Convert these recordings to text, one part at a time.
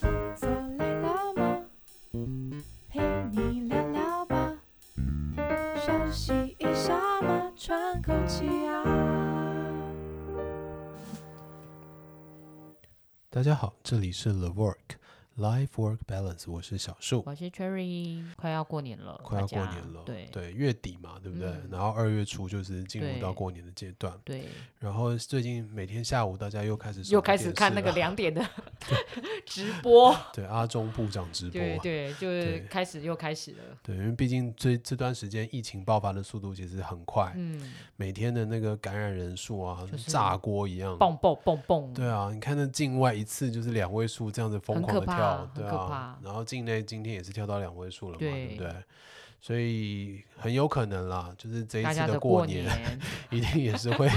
坐累了吗？陪你聊聊吧，休息一下嘛，喘口气啊。大家好，这里是 The Work Life Work Balance，我是小树。我是 Cherry，快要过年了，快要大过家年了，对月底嘛，对不对？嗯然后二月初就是进入到对过年的阶段，对，然后最近每天下午大家又开始又守着开始电看视那个了两点的直播， 对阿中部长直播对啊，对，就是对开始又开始了，对，因为毕竟这这段时间疫情爆发的速度其实很快，嗯，每天的那个感染人数啊，就是炸锅一样。蹦蹦蹦蹦，对啊，你看那境外一次就是两位数这样子疯嗯很狂可的怕跳，很对可啊怕，然后境内今天也是跳到两位数了嘛，对不对对？所以很有可能啦，就是这一大次家的的过年一定也是会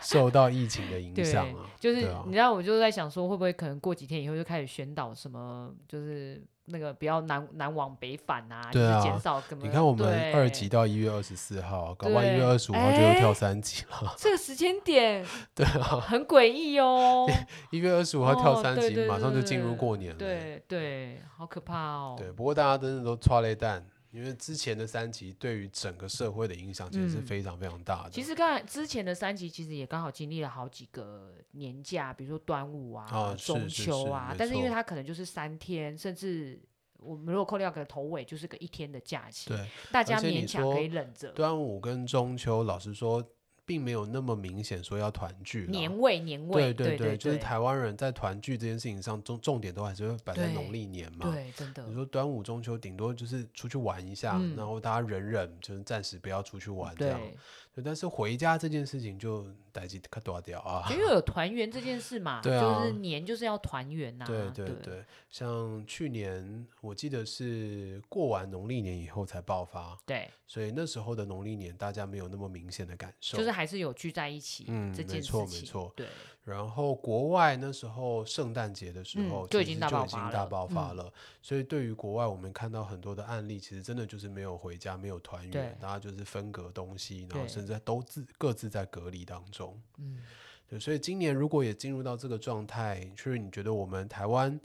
受到疫情的影响啊。就是对啊你知道，我就在想说，会不会可能过几天以后就开始宣导什么，就是那个不要南南往北返啊，就对是啊减少什么。你看我们二对级到一月二十四号，搞不好一月对二十五号就又跳哎三级了。 这个时间点对啊，很诡 异哦，一月二十五号跳哦三对级，对马上就对进入对过年了。对对，好可怕哦。对，不过大家真的都抓了一蛋，因为之前的三级对于整个社会的影响其实是嗯非常非常大的。其实刚才之前的三级其实也刚好经历了好几个年假，比如说端午啊、啊是中是秋是啊，没但是因为错它可能就是三天，甚至我们如果扣掉个头尾，就是个一天的假期，对大而家且你勉强可说以忍着。端午跟中秋，老实说，并没有那么明显说要团聚啦。年味，年味，啊对对对，对，就是对台湾人在团聚这件事情上，重重点都还是会摆在农对历年嘛。对，真的你，说端午、中秋，顶多就是出去玩一下，嗯然后大家忍忍，就是暂时不要出去玩这样。对，对但是回家这件事情就代际可多掉啊。因为有团圆这件事 嘛，对啊就是年就是要团圆呐，对啊对对对，像去年我记得是过完农历年以后才爆发，对所以那时候的农历年大家没有那么明显的感受。就是还是有聚在一起嗯这没件事错没情错，对，然后国外那时候圣诞节的时嗯候，就已其经实大就爆已经发大了爆发嗯了。所以对于国外，我们看到很多的案例，其实真的就是没有回家，没有团圆对，大家就是分隔东西，然后对甚至都自各自在隔离当中。嗯，对，所以今年如果也进入到这个状态，就是你觉得我们台湾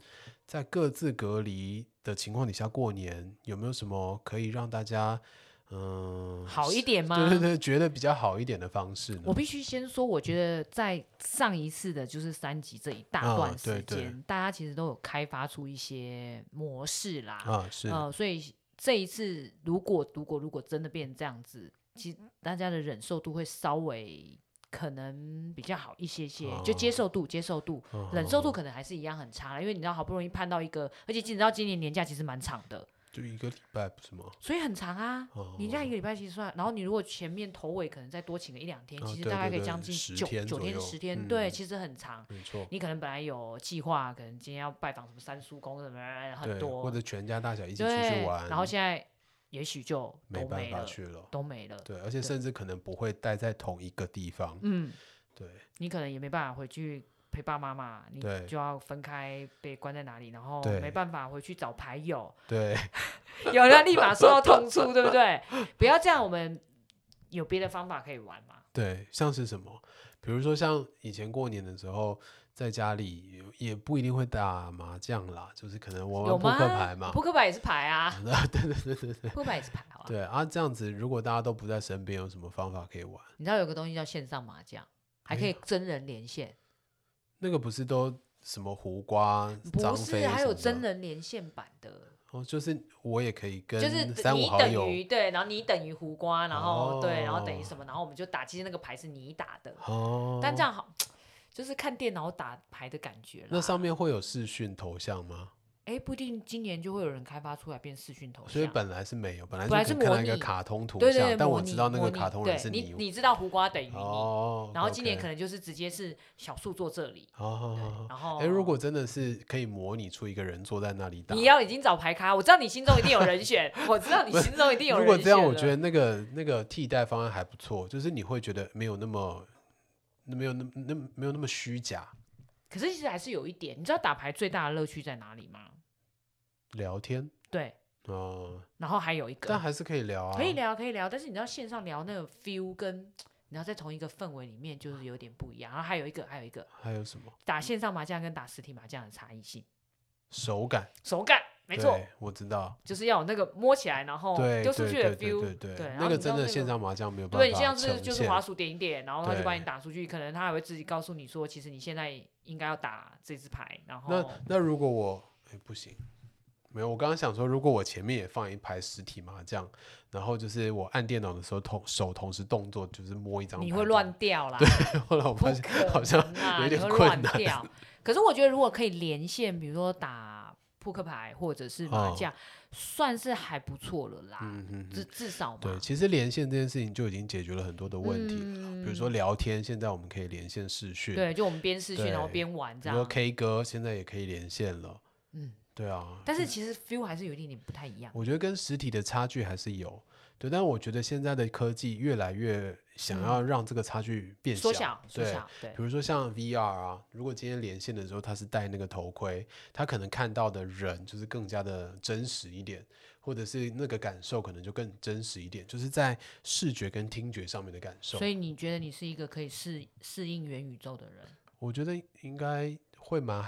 在各自隔离的情况底下过年，有没有什么可以让大家嗯、好 一点吗？对对对，觉得比较好一点的方式呢？我必须先说，我觉得在上一次的就是三级这一大啊段对时间，对大家其实都有开发出一些模式啦。啊，是、呃，所以这一次如果如果如果真的变成这样子，其实大家的忍受度会稍微可能比较好一些些，就接哦受度接受度。嗯忍受度嗯可能还是一样很差啦，因为你知道好不容易盼到一个，而且你知道今年年假其实蛮长的，就一个礼拜不是吗？所以很长啊。哦你这样一个礼拜其实算，然后你如果前面头尾可能再多请个一两天，啊其实对大概可对以对将近10九天九左右天十天，嗯对，其实很长。没错，你可能本来有计划，可能今天要拜访什么三叔公什么对很多，或者全家大小一起出去对玩，然后现在也许就都没办法了，去了。都没了。对，而且甚至可能不会待在同一个地方。嗯，对，你可能也没办法回去陪爸妈妈，你对就要分开被关在哪里，然后对没办法回去找牌友，对，有人立马说到痛处，对不对？ 不要这样，我们有别的方法可以玩嘛？对，像是什么？比如说像以前过年的时候，在家里也也不一定会打麻将啦，就是可能玩有玩啊扑吗？克牌嘛。扑克牌也是牌 啊，对对对对对扑克牌也是牌啊。对啊！这样子，如果大家都不在身边，有什么方法可以玩？你知道有个东西叫线上麻将，还哎可以真人连线，那个不是都什么胡瓜、张不飞是还有什么的真人连线版的，哦，就是我也可以跟就是三五你好友等于对，然后你等于胡瓜，然后、对，然后等于哦什么，然后我们就打，其实那个牌是你打的，哦，但这样好，就是看电脑打牌的感觉啦。那上面会有视讯头像吗？哎，不一定今年就会有人开发出来变视讯头像，所以本来是没有，本来本来是是看到模一个拟卡通图对对像，对，但模我拟知道那个模拟卡通人对是你，你知道胡瓜等于你，哦，然后今年可能能就是直接是小树坐这里，对哦，然后哎，如果真的是可以模拟出一个人坐在那里打，你要已经找牌咖，我知道你心中一定有 人选，我知道你心中一定有如人果选了。这样，我觉得那个那个替代方案还不错，就是你会觉得没有那么。没有那么那么没有那么虚假，可是其实还是有一点，你知道打牌最大的乐趣在哪里吗？聊天对，哦，然后还有一但个还是可以聊啊，可以聊，可以聊，但是你知道线上聊那个 feel 跟。你要在同一个氛围里面，就是有点不一样。然后还有一个，还有一个还有什么打线上麻将跟打实体麻将的差异性，手感，手感，没错对，，我知道，就是要有那个摸起来，然后对，丢出对去的对 feel，对对对，然那后个你知道真的那线个上麻将没有办法对，像是呈就是现滑鼠点一点，然后他就把对你打出去，可能他还会自己告诉你说，其实你现在应该要打这支牌，然那后那如果我哎不行，没有，我刚刚想说，如果我前面也放一排实体麻将，然后就是我按电脑的时候同手同时动作就是摸一张，你会乱。掉啦。 后来我不发现可好像能啊有你点会困乱难掉。可是我觉得如果可以连线，比如说打扑克牌或者是麻哦将，算是还不错了啦。嗯嗯至嗯，至少嘛，对，其实连线这件事情就已经解决了很多的问题，嗯比如说聊天，现在我们可以连线视讯，对，就我们边视讯然后对边玩比这如说样。 K 歌现在也可以连线了，嗯，对啊，但是其实 feel 还是有一点点不太一样。我觉得跟实体的差距还是有，对，但我觉得现在的科技越来越想要让这个差距变嗯缩小，缩对小，对比，如说像 VR 啊，如果今天连线的时候他是戴那个头盔，他可能看到的人就是更加的真实一点，或者是那个感受可能就更真实一点，就是在视觉跟听觉上面的感受所。以你觉得你是一个可以适适应元宇宙的人？我觉得应该会蛮，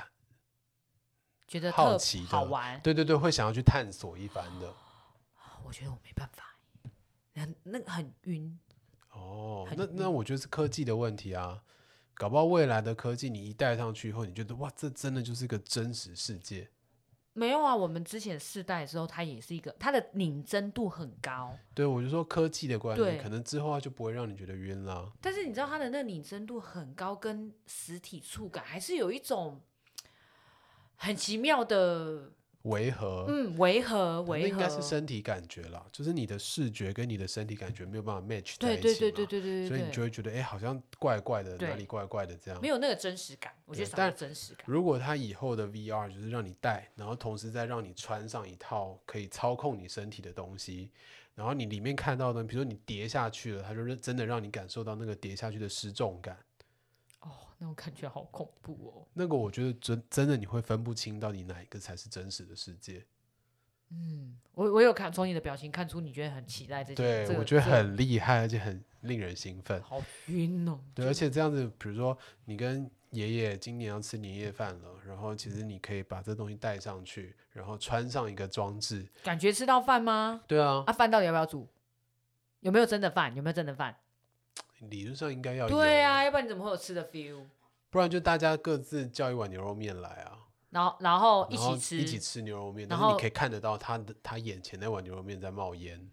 觉得好特奇的好玩？哦对对对，会想要去探索一番的。我觉得我没办法，很那个很晕。哦，很那那晕我觉得是科技的问题啊，搞不好未来的科技你一戴上去以后，你觉得哇，这真的就是个真实世界。没有啊，我们之前试戴的时候，它也是一个，它的拧真度很高，对，我就说科技的观念，对可能之后它就不会让你觉得晕啦。但是你知道它的那个拧真度很高，跟实体触感还是有一种很奇妙的，违和，嗯，违和，那违应该和，是身体感觉啦，就是你的视觉跟你的身体感觉没有办法 match 在对一对起对嘛对对对所以你对就对，会觉得哎、诶好像怪怪的，哪对里怪怪的这样没。有那个真实感，我觉对得少但了真实感。如果它以后的 VR 就是让你戴，然后同时再让你穿上一套可以操控你身体的东西，然后你里面看到的，比如说你跌下去了，它就是真的让你感受到那个跌下去的失重感。哦，那种感觉好恐怖哦。那个我觉得真真的你会分不清到底哪一个才是真实的世界。嗯，我我有看从你的表情看出你觉得很期待这件，对，这个我觉得这个很厉害，而且很令人兴奋。好晕哦。对，而且这样子，比如说你跟爷爷今年要吃年夜饭了，然后其实你可以把这东西带上去，然后穿上一个装置。感觉吃到饭吗？对啊，啊，饭到底要不要煮？有没有真的饭？有没有真的饭？理论上应该要有对，啊，要不然你怎么会有吃的 feel？不然就大家各自叫一碗牛肉面来啊，然后然后一然后起吃，一起吃牛肉面，但然是你后可以看得到他的他眼前那碗牛肉面在冒 烟。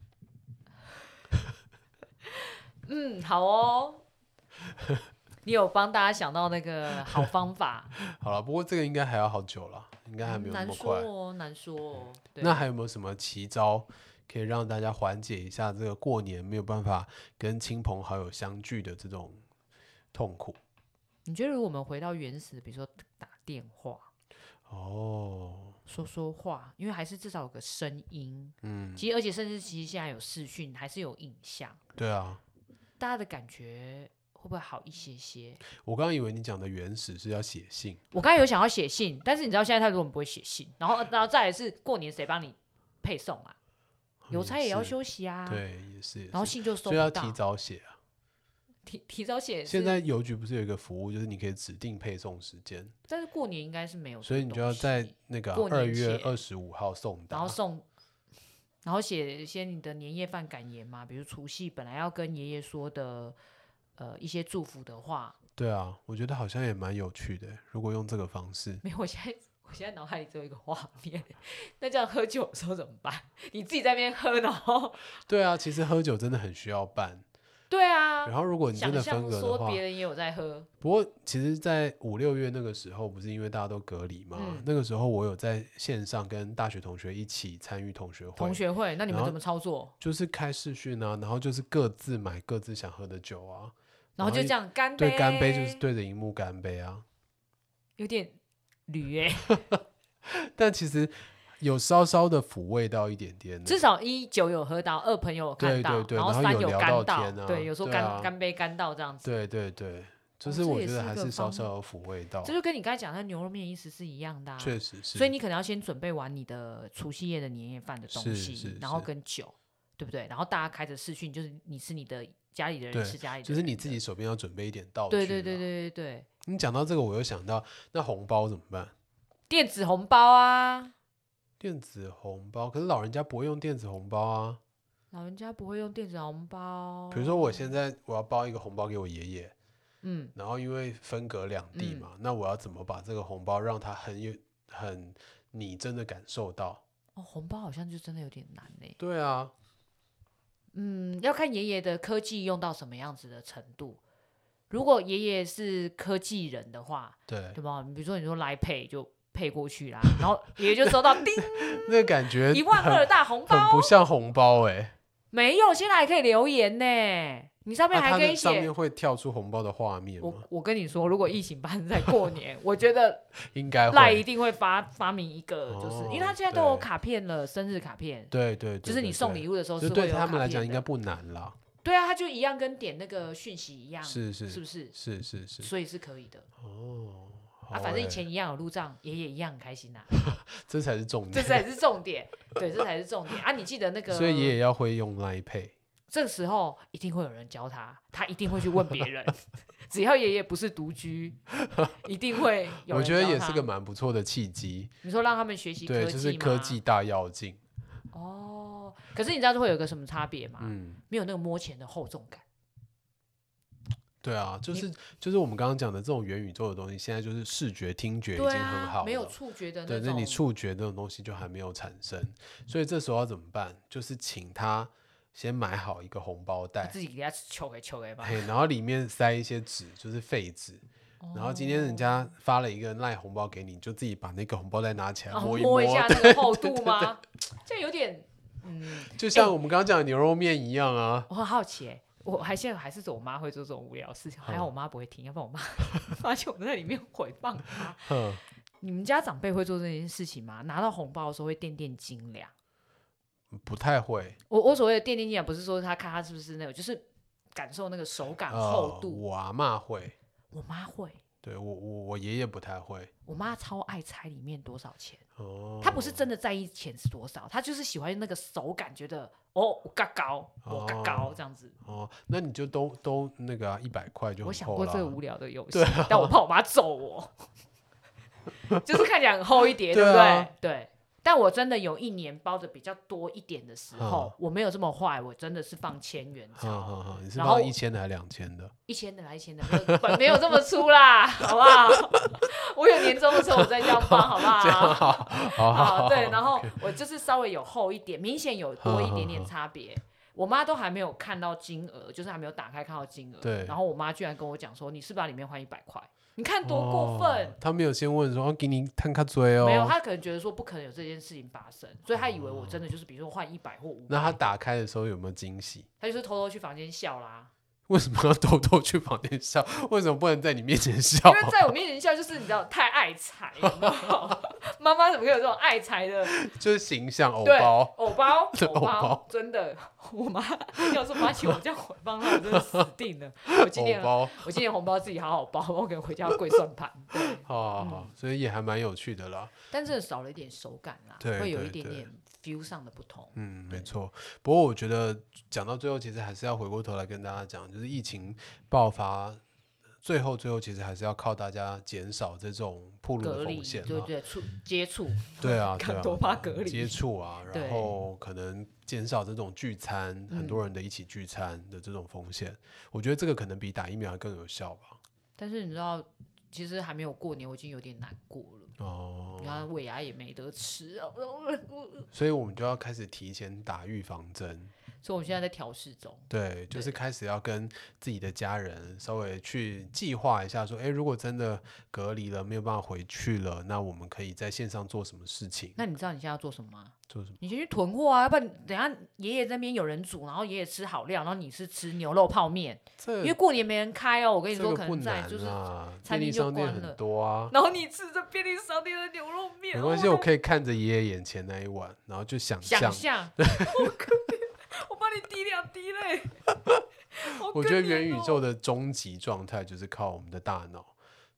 嗯，好哦。 你有帮大家想到 那个好方法，好了，不过这个应该还要好久了，应该还没有那难么说快。哦，难说哦。对那还有没有什么奇招可以让大家缓解一下这个过年没有办法跟亲朋好友相聚的这种痛苦？你觉得如果我们回到原始，比如说打电话、哦，说说话，因为还是至少有个声音，嗯，其实而且甚至其实现在有视讯，还是有影像，对啊，大家的感觉会不会好一些些？我刚刚以为你讲的原始是要写信，我刚才有想要写信，但是你知道现在太多人不会写信，然后然后再来是过年谁帮你配送啊？邮差也要是，休息啊，，对，也是，也然后是信就收所以不要到，提早写啊。提提早写是。现在邮局不是有一个服务，就是你可以指定配送时间，但是过年应该是没有这所个东西，以你就要在那个过二年月前二十五号送然达后。送，然后写一些你的年夜饭感言嘛，比如除夕本来要跟爷爷说的。呃，一些祝福的话， 对啊，我觉得好像也蛮有趣的，如果用这个方式。没有，我现在我现在脑海里只有一个画面，那这样喝酒的时候怎么办？ 你自己在那边喝，然后对啊，其实喝酒真的很需要伴。对啊，然后如果你真想的象分隔的说话，别人也有在喝，不过，其实，在五六月那个时候，不是因为大家都隔离嘛？嗯那个时候我有在线上跟大学同学一起参与同学会，同学会，那你然们后怎么操作？就是开视讯啊，然后就是各自买各自想喝的酒啊，然后就然后这样干杯，对，干杯就是对着荧幕干杯啊。有点驴哎、但其实有稍稍的抚慰到一点点呢，至少一酒有喝到，二朋友有看对到，嗯对对然然后三有聊干到到，天啊对，有时候对干、啊干杯干到这样子，对对对，就哦是这我也觉得是还个是稍方稍有抚慰到，这就跟你刚才讲的牛肉面意思是一样的、啊，啊确实是。所以你可能要先准备完你的除夕夜的年夜饭的是东西，是然后是跟酒，对不对？然后大家开着视讯，就是你吃你的，家里的对人吃家里的人的，就是你自己手边要准备一点道具。对对对。对对对，你讲到这个，我又想到，那红包怎么办？电子红包啊，电子红包，可是老人家不会用电子红包啊。老人家不会用电子红包。比如说我哦现在我要包一个红包给我爷爷，嗯，然后因为分隔两地嗯嘛，那我要怎么把这个红包让他很有很你真的感受到？哦，红包好像就真的有点难呢、对啊，嗯，要看爷爷的科技用到什么样子的程度。如果爷爷是科技人的话，对对，吧？你比如说你说来配就配过去啦， 然后爷爷就收 到叮那个感觉一万二很大红很包不，像红包哎、没有，现在还可以留言呢、你上那它面还可啊那以上写面。会跳出红包的画面吗我？我跟你说，如果疫情发生在过 年，我觉得应该赖一会，定会发发明一个，就是、因为他哦现在都有对卡片了，生日卡片，对对对，就是你送礼物，物的时候就是对会有他卡们来片讲应的该不难啦，对啊，他就一样跟点那个讯息一样，是是是不是是？是是是，所以是可以的哦，好啊，反正以欸前一样有入账，爷爷一样很开心呐、这才是重 这点，才是 重点，对，这才是重点啊！你记得那个，所以爷爷要会用 Line Pay。这个时候一定会有人教他，他一定会去问 别人，只要爷爷不是独居，一定会有人我觉得也是教个他蛮不错的契机，你说让他们学习科技对，吗就是科技大跃进，哦。可是你知道这会有个什么差别吗？嗯，没有那个摸钱的厚重感。对啊，就你是就是我们刚刚讲的这种元宇宙的东西，现在就是视觉、听觉已经对很啊好，了，没有触觉的对，那种。你触觉这种东西就还没有产生，所以这时候要怎么办？就是请他先买好一个红包你袋自，己给他求给求给吧。嘿，然后里面塞一些纸，就是废纸。然后今天哦人家发了一个赖红包给你，你就自己把那个红包袋拿起来哦摸一摸摸，下那个厚度 吗？这有点，嗯，就像我们刚刚讲的牛肉面一样啊。我很好奇、欸，我还现在还是我妈会做这种无聊的事情，还嗯好我妈不会听，要不然我妈 发现我在里面诽谤她。哼，你们家长辈会做这件事情吗？拿到红包的时候会掂掂斤两？不太会。我我所谓的掂掂斤两，不是说他看他是不是那个，就是感受那个手感厚呃，度。我阿妈会，我妈会，对我我我爷爷不太会。我妈超爱猜里面多少钱。哦，他不是真的在意钱是多少，他就是喜欢那个手感，觉得哦，我嘎高，我嘎高哦这样子。哦，那你就都都那个啊一百块就我很想厚啊过啦这个无聊的游戏，对但我怕我妈揍我， 就是看起来很厚一叠，对不啊对？对。但我真的有一年包的比较多一点的时候，嗯我没有这么坏，我真的是放千元哼钞，哼哼，你是然放后一千的还两千的？一千的来一千的，没有没有这么粗啦，好不好？ 我有年终的时候我再这样放，好不 好？这样好，好啊，好对，然后后我就是稍微有厚一点，明显有多一点点差别。我妈都还没有看到金额，就是还没有打开看到金额。对然后我妈居然跟我讲说：“你是不是把里面换一百块？你看多过分！”哦他没有先问说哦给你探卡嘴哦，没有，她可能觉得说不可能有这件事情发生，所以她以为我真的就是比如说换一百或五，那他打开的时候有没有惊喜？她就是偷偷去房间笑啦。为什么要偷偷去房间笑？为什么不能在你面前笑？因为在我面前笑，就是你知道太爱财，有没有 妈妈怎么会有这种爱财的就是形象偶对，包，藕包， 对藕藕包包，真的， 我妈要是发现我这样回帮她，我真的死定了。我今天偶，包，我今天红包自己好好包，我给回家跪算盘。对，好好嗯好，所以也还蛮有趣的啦。但真的少了一点手感啦，对会有对一点对点 feel 上的不同。嗯，没对错。不过我觉得讲到最后，其实还是要回过头来跟大家讲，就是疫情爆发最后最后，其实还是要靠大家减少这种暴露隔的离，风险对嘛。对，触接触， 对啊，对看啊，多怕隔接离。触啊，然对后可能减少这种聚餐，很多嗯人的一起聚餐的这种风险，我觉得这个可能比打疫苗还更有效吧。但是你知道，其实还没有过年，我已经有点难过了。哦，然后尾牙也没得吃啊，所以我们就要开始提前打预防针， 所以我现在在调试中。对，就是对开始要跟自己的家人稍微去计划一下，说，哎，如果真的隔离了，没有办法回去了，那我们可以在线上做什么事情？那你知道你现在要做什么吗？做什么？你先去囤货啊，要不然等下爷爷那边有人煮，然后爷爷吃好料，然后你是吃牛肉泡面，这因为过年没人开哦。我跟你这说，个可不能在难就是，啊，餐便利厅就商店关很了多啊。然后你吃着便利商店的牛肉面，没关系，哦我可以看着爷爷眼前那一碗，然后就想想象。 象，好可怜我帮你滴两滴泪。好我可觉得怜元宇哦宙的终极状态就是靠我们的大脑，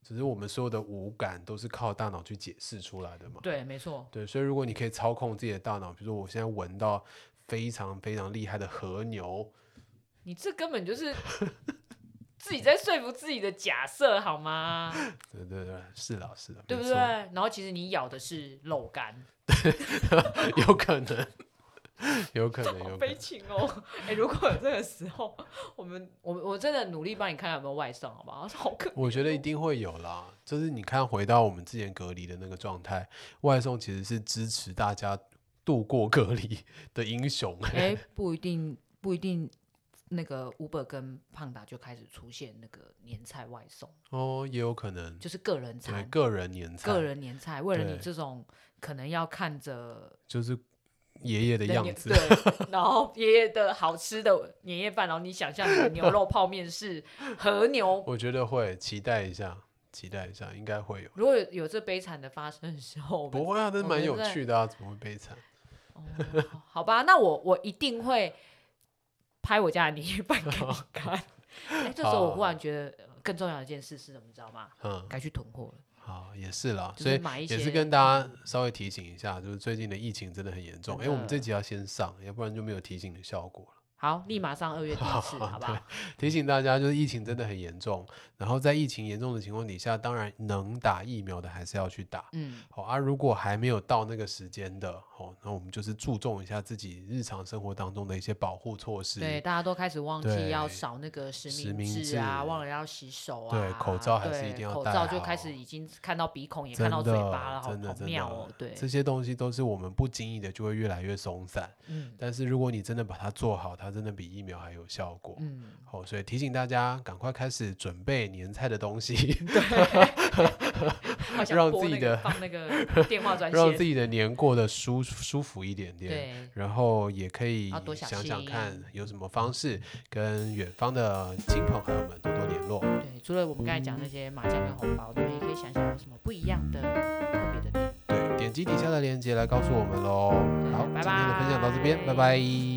只是我们所有的五感都是靠大脑去解释出来的嘛。对，没错，对，所以如果你可以操控自己的大脑，比如说我现在闻到非常非常厉害的和牛， 你这根本就是自己在说服自己的假设好吗？对对对，是啦是啦，对不没对？错？然后其实你咬的是肉干，有可能，有可 能，好有可悲能。情哦。 哎、如果有这个时候，我们我我真的努力帮你看看有没有外送，好不好？ 我说好可，我觉得一定会有啦，就是你看，回到我们之前隔离的那个状态，外送其实是支持大家度过隔离的英雄、欸哎、不一定，不一定。那个 Uber 跟胖达就开始出现那个年菜外送，哦，也有可能，就是个人对餐、个人年菜，个人年菜，为了你对这种可能要看着就是爷爷的对样牛子，对，然后爷爷的好吃的年夜饭，然后你想象你的牛肉泡面是和牛。 我觉得会期待一下，期待一下，应该会有。如果有有这悲惨的发生的时候，我们不会啊，这我蛮们有在趣的啊，怎么会悲惨？哦好好吧，那我我一定会拍我家的年夜饭给 你看。哎，这时候我忽好然觉得呃更重要的一件事是什么，你知道吗？嗯，该去囤货了。好，也是啦，就所是以买一也些嗯是跟大家稍微提醒一下，就是最近的疫情真的很严重。真哎，我们这的集要先上，要不然就没有提醒的效果了。好，立马上二月第一 次，好不好？提醒大家，就是疫情真的很严重，然后在疫情严重的情况底下，当然能打疫苗的还是要去打。嗯，好、啊，如果还没有到那个时间的，哦，那我们就是注重一下自己日常生活当中的一些保护措施，对，大家都开始忘记要对扫那个实实名名制啊，制忘了要洗手啊。对口罩还是一对定要口戴罩就好开始已经看到鼻孔，也看真到的，嘴巴了，好真的，好真妙的，哦。对，这些东西都是我们不经意的就会越来越松散。 嗯但是如果你真的把它做好，它真的比疫苗还有效果。嗯，好、所以提醒大家赶快开始准备年菜的东西，好想让拨自己那个的放 那个电话专让自线，己的年过得舒舒服一点点。对，然后也可以要多小想想心看有什么方式跟远方的亲朋好友们多多联络。对，除了我们刚才讲那些麻将跟红包，你们也可以想想有什么不一样的特别的点。对，点击底下的链接来告诉我们喽。好，对拜今天的分享到这边，拜拜拜